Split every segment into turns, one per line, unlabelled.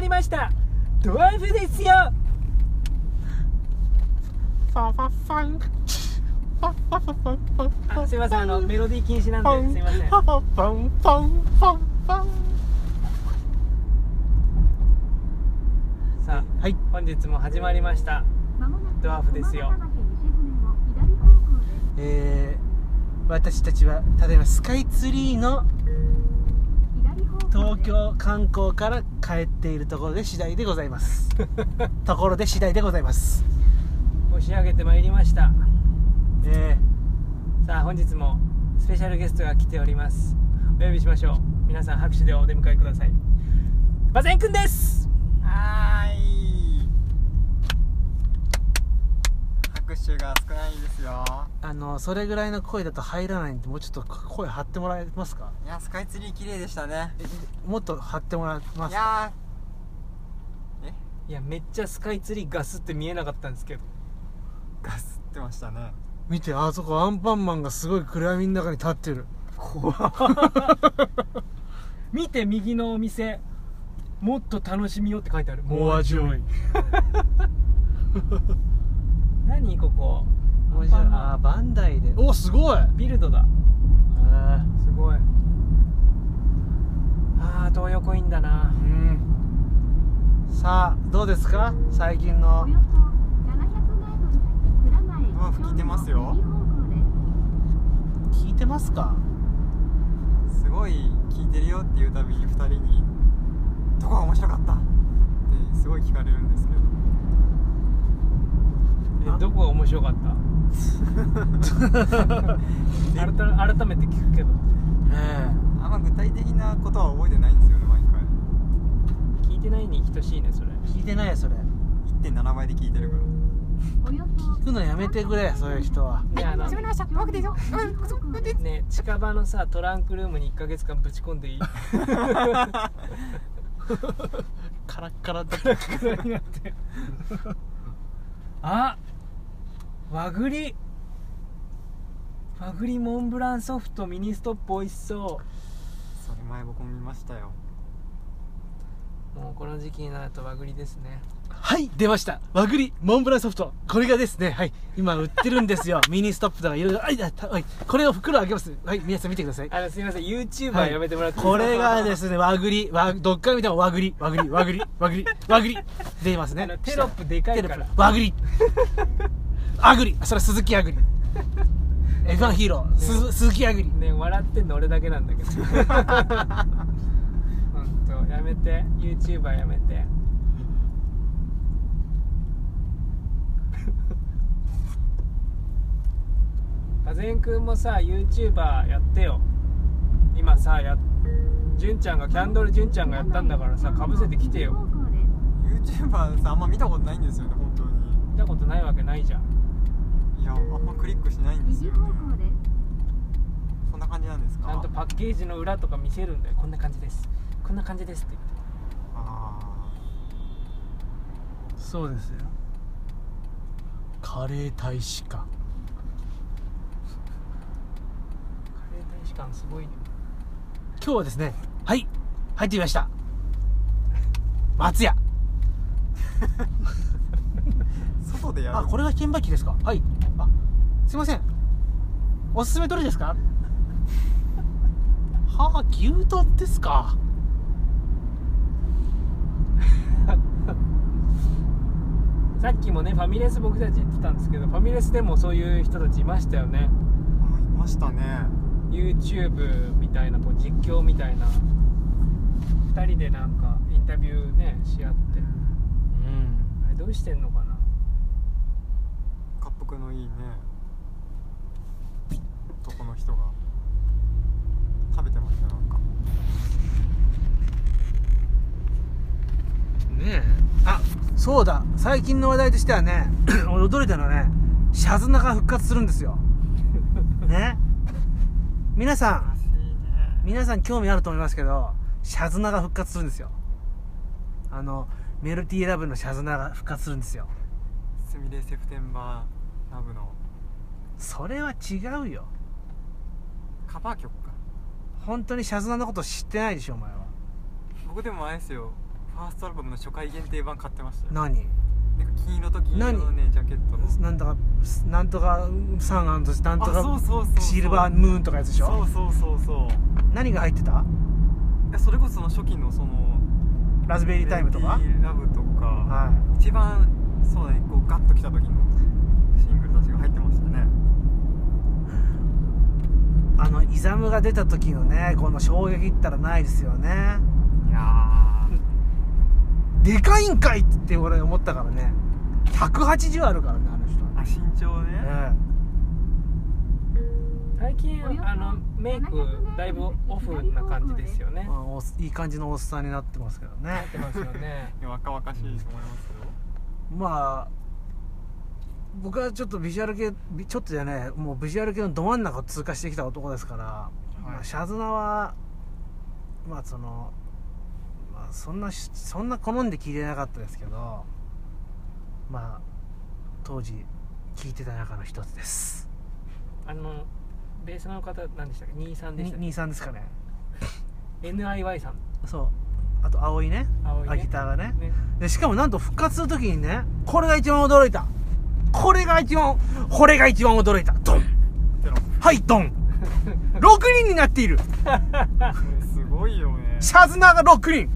りましたドワーフですよ
ファンファンファンファンファンファンファンファ
あ
ン
すいませんあのメロディー禁止なんですいません
ファンファンファンファンファン
さあ、
はい
本日も始まりましたド
ド
ワ
ワ
ー
ー
フ
フ
で
ですす
よ
よ。
えー、私たちはただいまスカイツリーの東
東京。
京観光から帰っているところで次第でございますところで次第でございます
押し上げてまいりました
え
さあ本日もスペシャルゲストが来ておりますお呼びしましょう皆さん拍手でお出迎えくださいバゼンくんです
はい。拍手が少ないですよ。
ー、あのそれぐらいの声だと入らないんでもうちょっと声張ってもらえますか
いや、スカイツリー綺麗でしたね。
もっと張ってもらえま
い
す
やー、え、
いやめっちゃスカイツリーガスって見えなかったんですけど
ガスってましたね。
見てあそこアンパンマンがすごい暗闇の中に立ってる
見て右のお店もっと楽しみよって書いてある
モアジョイ
何ここ
面白いあーバンダイでおすごい
ビルドだ
あ
すごいああ東横いいんだな
うんさあどうですか最近の
ワーフ聞いてますよ
聞いてますか
すごい聞いてるよっていうたびに二人に、どこが面白かったってすごい聞かれるんですけど。
えどこが面白か った改め改めて聞くけど
え
あんま具体的なことは覚えてないんですよね、毎回。
聞いてないに等しいねそれ
え聞いてないよそれ
1.7倍で聞いてるから。
聞くのやめてくれそういう人は
ねあの
めました。ワーフですよ。うんそう待って
ね近場のさトランクルームに1ヶ月間ぶち込んでいい
カラッカラだった
あ和栗和栗モンブランソフトミニストップ美味しそ
それ前僕も見ましたよ。
うもうこの時期になると和栗ですね
はい出ました和栗モンブランソフトこれがですねはい今売ってる んですよミニストップとかいろいろあいだたはいこれを袋開けますはい皆さん見てください
あのすいません YouTuber
はい
やめてもらっていい
こ
で
れ
すか
がですね和栗和どっから見ても和栗和栗和栗和栗和栗出ます
あ
ね
のテロップでかいから
テロップ 和栗あぐりそれは鈴木あぐり F1 ヒーローす鈴木あぐり
ね笑ってんの俺だけなんだけど 本当やめて YouTuber やめて あぜんくんもさ YouTuber やってよ今さや純ちゃんがキャンドル純ちゃんがやったんだからさかぶせてきてよ
YouTuber さ、あんま見たことないんですよね、本当に。
見たことないわけないじゃん
いや、あんまクリックしないんですよね。そんな感じなんです
ち
か
ゃんとパッケージの裏とか見せるんだよこんな感じですこんな感じですって言って
あ
そうですよカレー大使館
カレー大使館すごいね
今日はですねはい入ってみました松屋
ー外でやる
あこれが券売機ですかはいあすいませんおすすめどれですかはあ牛丼ですか
さっきもねファミレス僕たち行ってたんですけどファミレスでもそういう人たちいましたよね
あいましたね
YouTube みたいなこう実況みたいな2人でなんかインタビューねし合って
うん
あれどうしてんのかな
滑覆のいいね男の人が食べてましたなんか
ねえあそうだ最近の話題として はね俺驚いたのはねシャズナが復活するんで すよね皆さん
しいね
皆さん興味あると思いますけどシャズナが復活するんですよあのメルティーラブのシャズナが復活するんですよ
スミレセプテンバーラブの
それは違うよ
カバー曲か
本当にシャズナのこと知ってないでしょお前は
僕でもあれですよファァーストアルバムの初回限定版買ってましたよ
何
なんか金色と銀色のねジャケットの
なんとかなんとかサンアンドなんと
あそうそ
か
うそうそう
シルバームーンとかやつでし
そ
ょ
うそうそうそう
何が入ってた
いやそれこそその初期のその
ラズベリータイムとか
ベリーラブとか、
は
一番そうだねこうガッときた時のシングルたちが入ってましたね
いあのイザムが出た時のねこの衝撃ったらないですよね
いや
でかいんかいって俺思ったからね180あるからねあの人
ーあ身長ね
え
最近あのメイクだいぶオフな感じですよ
え
ね
まあおっいい感じのおっさんになってますけど
な
ね
ってますよね
いや若々しいと思いますよ
まあ僕はちょっとビジュアル系ビちょっとじゃないもうビジュアル系のど真ん中を通過してきた男ですから、まあシャズナはまあその、まあ、そんなしそんな好んで聞いてなかったですけどまあ当時聞いてた中の一つです
あのベースの方何でしたっけ23でしたっ
兄さんですかね
け NIY さん
そうあと葵ね
青い
あギターがね
ね
でしかもなんと復活する時にねこれが一番驚いたこれが一番これが一番驚いたドン
ての
はいドン6人になっている
すごいよね
シャズナが6人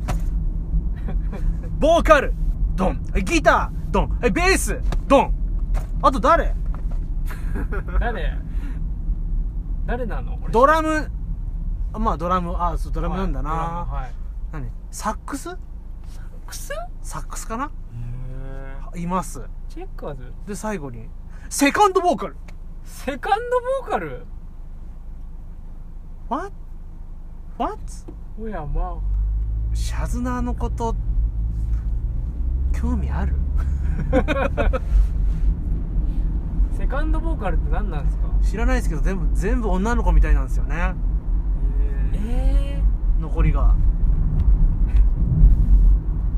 ボーカルドンギタードンベースドンあと誰
誰誰なの
ド
ラ
ラムあまあドラムあそうドラムなんだな、
はい
何サックス
くそ
サックスかな
へ
います
チェッカーズ
で最後にセカンドボーカル
セカンドボーカル
What? What?
おやま
シャズナーのこと興味ある
あセカンドボーカルって何なんですか
知らないですけど全部全部女の子みたいなんですよね
え
え
残りが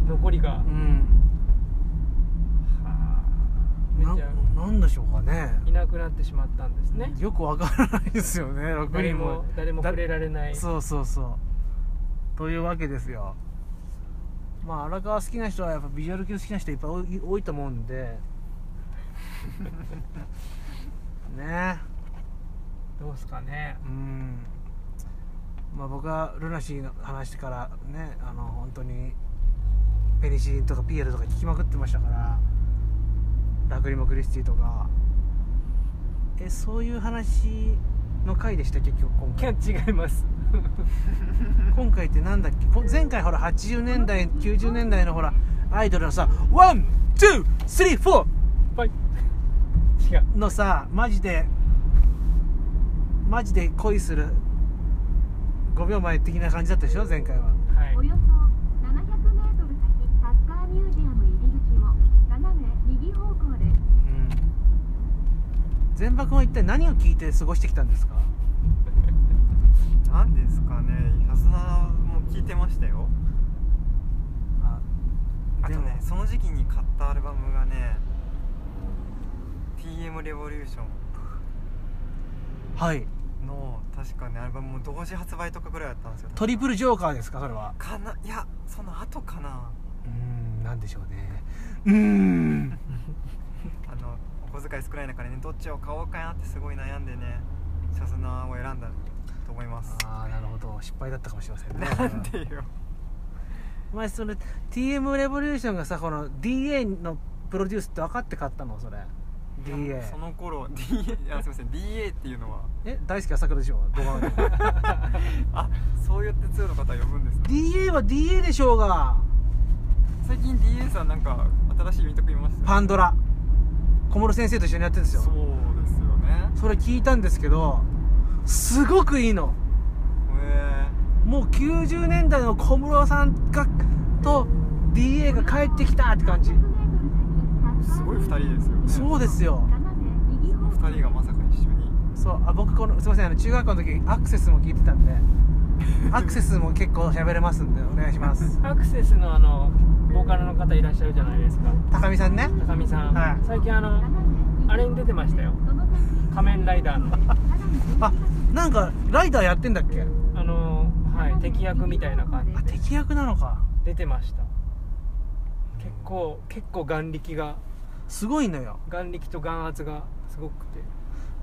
ー、残りが
うん
め
な
っちゃ
なんでしょうかね
いなくなってしまったんですね
よくわからないですよね 6
誰
人も
も誰も触れられない
そうそうそうというわけですよまあ荒川好きな人はやっぱビジュアル系好きな人いっぱい多い多いと思う んでねえ
どうすかね
うんまあ僕はルナシーの話からねあの本当にペニシリンとかピエルとか聞きまくってましたからラクリモ・クリスティとかえそういう話の回でした結局今
いや
回
違います
今回ってなんだっけこ前回ほら80年代90年代のほらアイドルのさワン・ツー・スリー・フォー
はい違う
のさマジでマジで恋する5秒前的な感じだったでしょ前回は
はい
およそ700メートル先、サッカーミュージアム入り口を斜め右方向です。
うん全爆は一体何を聞いて過ごしてきたんですか
ー、なんですかねシャズナも聞いてましたよ
あ
あと
で
ね
も
その時期に買ったアルバムがね TM レボリューショ
はい
ンの確かねアルバムも同時発売とかぐらいだったんですよ
トリプルジョーカーですかそれは
かないやその後かな
うーんなんでしょうねうー ん
あのお小遣い少ない中でねどっちを買おうかなってすごい悩んでねシャズナーを選んだと思います
ああなるほど失敗だったかもしれませんね
なんでよ
お前それ TM レボリューションがさこの DA のプロデュースって分かって買ったのそれ DA
その頃 DA あすいません DA っていうのは
え大好き朝倉でしょどう考えても
あそうやって通の方呼ぶんですね
DA は DA でしょうが
最近 DA さんなんか新しい曲いました
パ
ン
ンドラ小室先生と一緒にやってるんです
そう
よ
ですよね
それ聞いたんですけどすごくいいの
へ
もう90年代の小室さんがと DA が帰ってきたって感じ
えすごい二人ですよね
そうですよ
斜め右方向
二人がまさか一緒に
そうあ僕このすいませんあの中学校の時アクセスも聞いてたんでアクセスも結構喋れますんでお願いします
アクセスのあのボーカルの方いらっしゃるじゃないですか
高見さんね
高見さん、
はい
最近あのあれに出てましたよ仮面ライダーの
あなんかライダーやってんだっけ
あのはい敵役みたいな感じ
あ敵役なのか
出てました結構結構眼力が
すごいのよ
眼力と眼圧がすごくて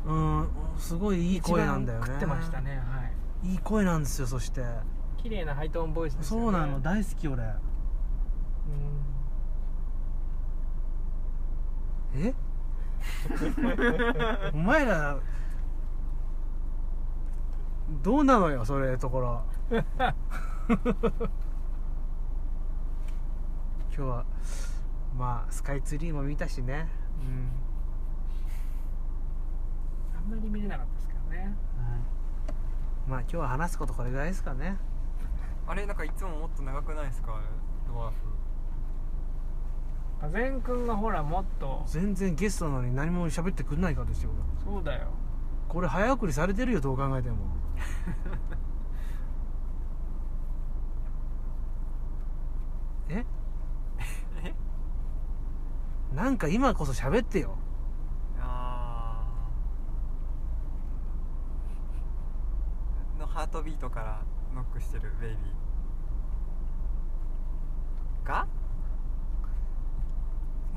うんすごいいい声なんだよね
一番食ってましたねはい
いい声なんですよそして
綺麗なハイトーンボイスですよね
そうなの大好き俺
うん
えお前らどうなのよそれところ 今日はまあスカイツリーも見たしね
うんあんまり見れなかったですけどね
まあ今日は話すことこれぐらいですかね
あれなんかいつももっと長くないですかドワーフ
あぜんくんがほらもっと
全然ゲストなのに何も喋ってくんないからですよ
そうだよ
これ早送りされてるよどう考え てもえ
え
なんか今こそ喋ってよ
あーのハートビートからノックしてるベイビーが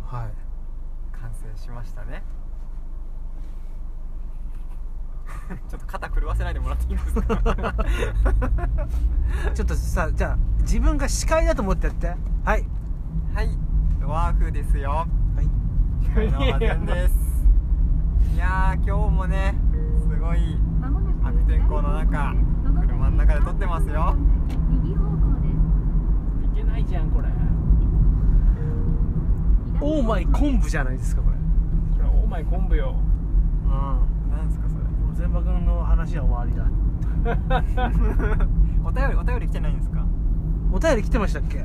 はい
完成しましたね ちょっと肩狂わせないでもらっていいですか
ちょっとさじゃあ自分が司会だと思ってやってはい
はいドワーフですよ
はい
司会の和田ですいやー今日もねすごい悪天候の中車の中で撮ってますよ
右方向です
いけないじゃんこれ
オーマイ昆布じゃないですかこれ
これオーマイ昆布よ
う
なんですかそれ
ん全馬君の話は終わりだ
お便りお便り来てないんですか
お便り来てましたっけ
来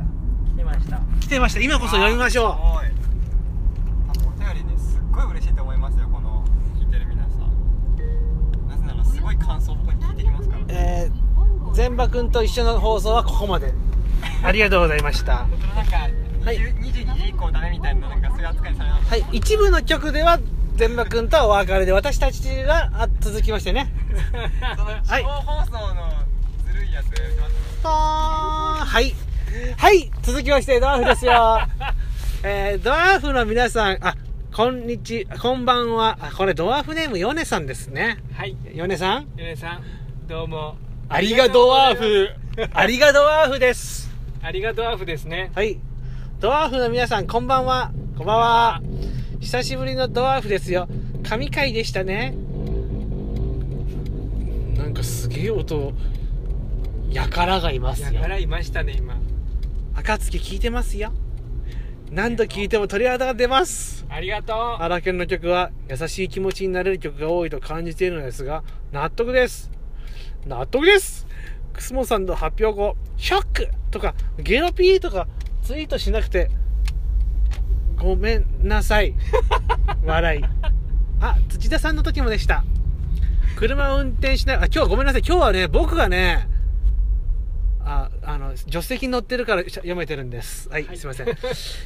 てました
来てました今こそ読みましょ
うお便りねすっごい嬉しいと思いますよこの聞いてる皆さんなぜならすごい感想をここに聞いてきますから
うえー、全馬君と一緒の放送はここまで ありがとうございました
そのなんか、
はい
20 22時以降ダメみたいななんかそういう扱いされなかった
はい、一部の曲では全馬君とはお別れで私たちがあ続きまして ね
その地方放送のずるいやつします
はいはい続きましてドワーフです よえー、ドワーフの皆さんあこんにちこんばんはあこれドワーフネームヨネさんですね
はい
ヨネさん
ゆねさんどうも
ありがドワーフありがドワーフです
ありがとうアフですね
はいドワーフの皆さんこんばんはこんばんは久しぶりのドワーフですよ神回でしたねなんかすげえ音やからがいま
い
す
や
よ
からいましたね今
暁聞いてますよ何度聞いても鳥肌が出ます
ありがとう
荒研の曲は優しい気持ちになれる曲が多いと感じているのですが納得です納得ですクスモさんの発表後「ショック!」とか「ゲロピー!」とかツイートしなくてごめんなさい 笑いあ土田さんの時もでした車を運転しないあ今日はごめんなさい今日はね僕がねああの助手席に乗ってるからしゃ読めてるんですはい、
はい
すいません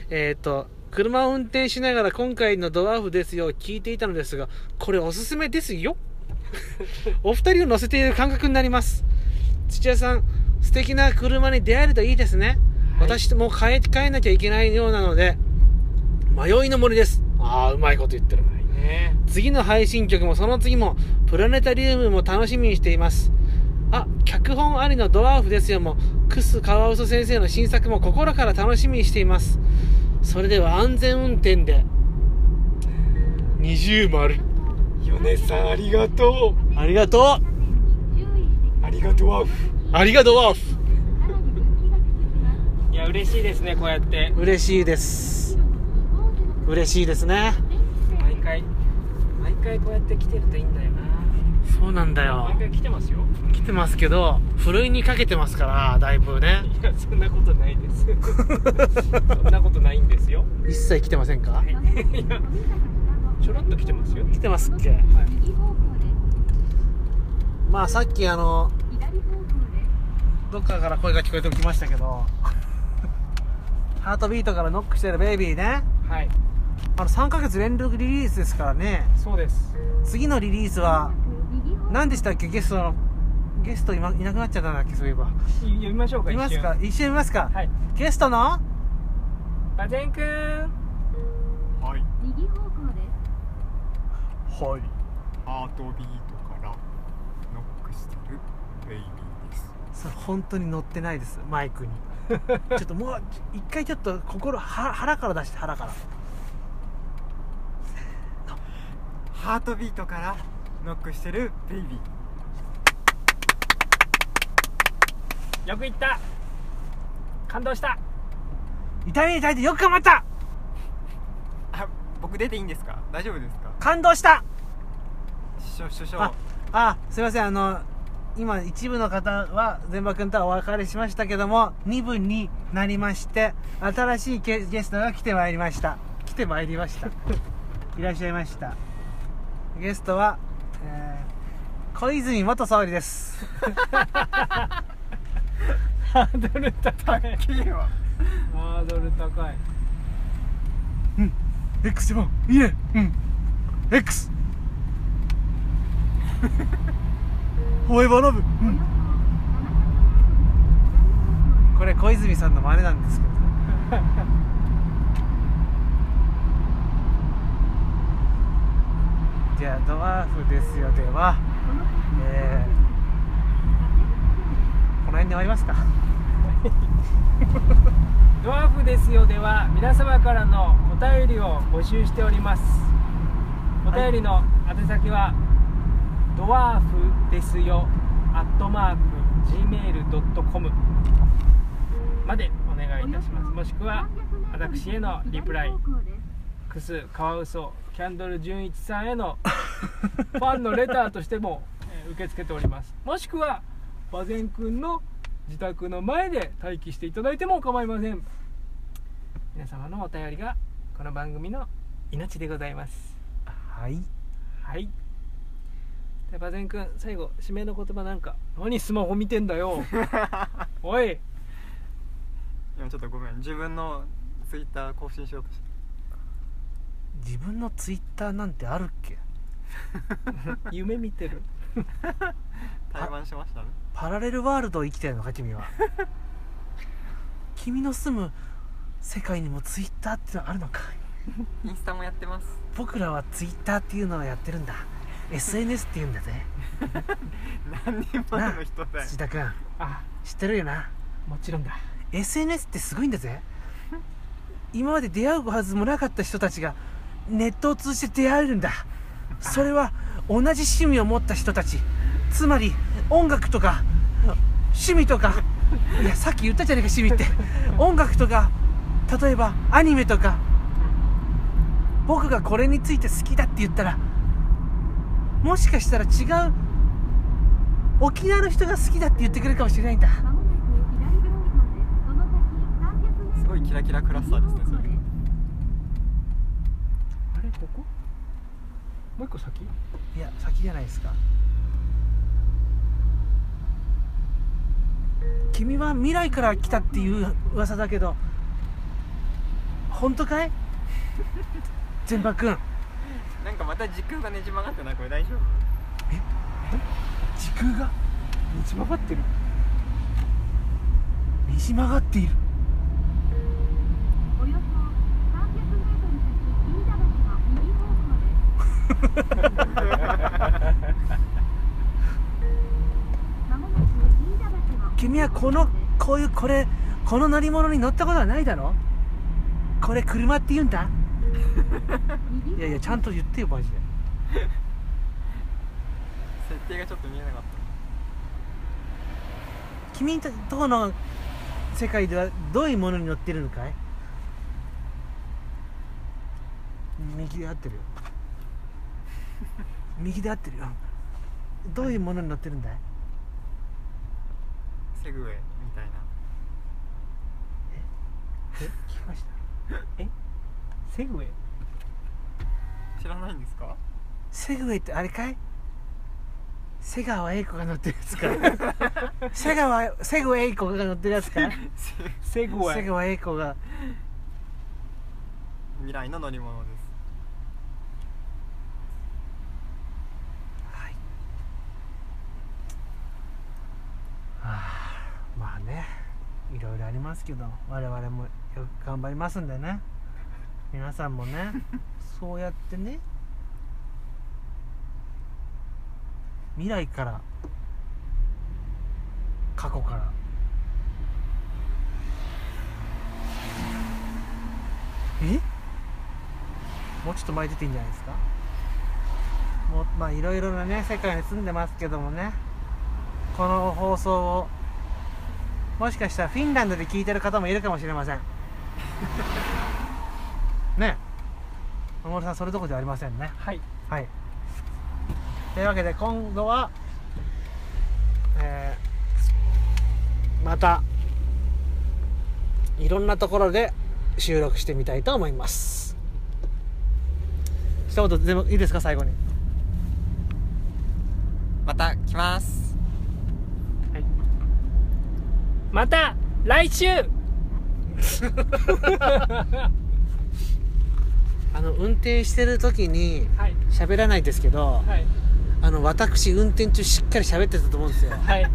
えっと車を運転しながら今回のドワーフですよを聞いていたのですがこれおすすめですよ お二人を乗せている感覚になります土屋さん素敵な車に出会えるといいですね、
はい
私も変え変えなきゃいけないようなので迷いの森ですああうまいこと言ってる
ね
次の配信曲もその次もプラネタリウムも楽しみにしていますあ脚本ありのドワーフですよもクスカワウソ先生の新作も心から楽しみにしていますそれでは安全運転で二重丸
ヨネさんありがとう
ありがと
ありがとうアフ
うありがとうワーフ
いや嬉しいですねこうやって
嬉しいです嬉しいですね
毎回毎回こうやって来てるといいんだよな
そうなんだよ
毎回来てますよ
来てますけどふるいにかけてますからだいぶね
いやそんなことないですそんなことないんですよ
一切来てませんか
いやちょろっと来てますよ
来てますっけ
はい
右方向です
まあさっきあの
左方向です
どっかから声が聞こえてきましたけど ハートビートからノックしてるベイビーね
はい
あの3ヶ月連続リリースですからね
そうです
次のリリースは
右方向
何でしたっけゲストのゲスト今いなくなっちゃったんだっけそういえば
い読みましょうか
い
一
ます
瞬
か一瞬いますか、
はい
ゲストの
バゼンくん
はい
右方向です。
はい
ハートビートからノックしてるベイビーです
それ本当に乗ってないですマイク にちょっともう一回ちょっと心は腹から出して腹から
ハートビートからノックしてるベイビー
よく行った感動した
痛みに耐えてよく頑張った
あ僕出ていいんですか大丈夫ですか
感動した
師匠師匠
ああすいませんあの今一部の方は全馬君とはお別れしましたけども二部になりまして新しいゲゲストが来てまいりました来てまいりましたいらっしゃいましたゲストは、えー小泉元総理です
ハードル高い
綺麗は
ハードル高い
X ジャンいいねうん X フォーエバーラブ、うん、これ小泉さんの真似なんですけどね じゃあドワーフですよではえー、この辺で終わりますか
ドワーフですよでは皆様からのお便りを募集しておりますお便りの宛先は、ドワーフですよアットマーク gmail.com までお願いいたしますもしくは私へのリプライクスカワウソキャンドル純一さんへのファンのレターとしても、えー受け付けておりますもしくはバゼン君の自宅の前で待機していただいても構いません皆様のお便りがこの番組の命でございます
はい
はいでバゼン君最後締めの言葉なんか何スマホ見てんだ よおい
今ちょっとごめん自分のツイッター更新しようとして
自分のツイッターなんてあるっけ
夢見てる
対バンしましたね
パラレルワールドを生きてるのか 君は君の住む世界にもツイッターってのはあるのか
インスタもやってます
僕らはツイッターっていうのをやってるんだ SNS って言うんだぜ
何人前の人だよ
土田君
あ
知ってるよな
もちろんだ
SNS ってすごいんだぜ今まで出会うはずもなかった人たちがネットを通じて出会えるんだそれは同じ趣味を持った人たちつまり音楽とか趣味とかいやさっき言ったじゃないか趣味って音楽とか例えばアニメとか僕がこれについて好きだって言ったらもしかしたら違う沖縄の人が好きだって言ってくれるかもしれないんだ
間もなく左方向です。その先300メートル
すごいキラキラクラスターですねそれ
右方向す
あれここもう一個先
いや先じゃないですか君は未来から来たっていう噂だけど本当 かい全馬くん
なんかまた時空がねじ曲がってないこれ大丈夫
時空が
道曲がってる
ねじ曲がっている
およそ300メートル先、飯田橋の右方向です。間もなく飯田橋の
君はこのこういうこれこの乗り物に乗ったことはないだろこれ車って言うんだ
右
いやいやちゃんと言ってよマジで
設定がちょっと見えなかった
君とこの世界ではどういうものに乗ってるのかい右で合 ってるよ右で合ってるよどういうものに乗ってるんだい
セグウェイみたいな
え聞きましたえセグウェイ
知らないんですか
セグウェイってあれかい瀬川栄子が乗ってるやつか 瀬川瀬川栄子が乗ってるやつか
セグウ
瀬
ェイ
川栄子が
未来の乗り物です
はいああまあねいろいろありますけど我々もよく頑張りますんでね皆さんもねそうやってね未来から過去からえもうちょっと前出ていいんじゃないですかもうまあいろいろなね世界に住んでますけどもねこの放送をもしかしたらフィンランドで聞いてる方もいるかもしれません ねえ守さんそれどころじゃありませんね
はい
はいというわけで今度はえーまたいろんなところで収録してみたいと思います一言全部いいですか最後に
また来ます
また来週
あの運転してる時に
はい
喋らないですけど
はい
あの私運転中しっかり喋ってたと思うんですよ
はい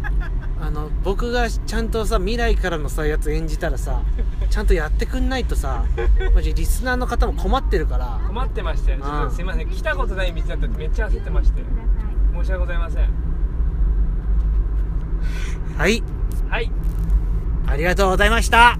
あの僕がちゃんとさ未来からのさやつ演じたらさちゃんとやってくんないとさマジリスナーの方も困ってるから
困ってましたよねちょっ
うん
とすいません来たことない道だったってめっちゃ焦ってまして申し訳ございません
はい
はい
ありがとうございました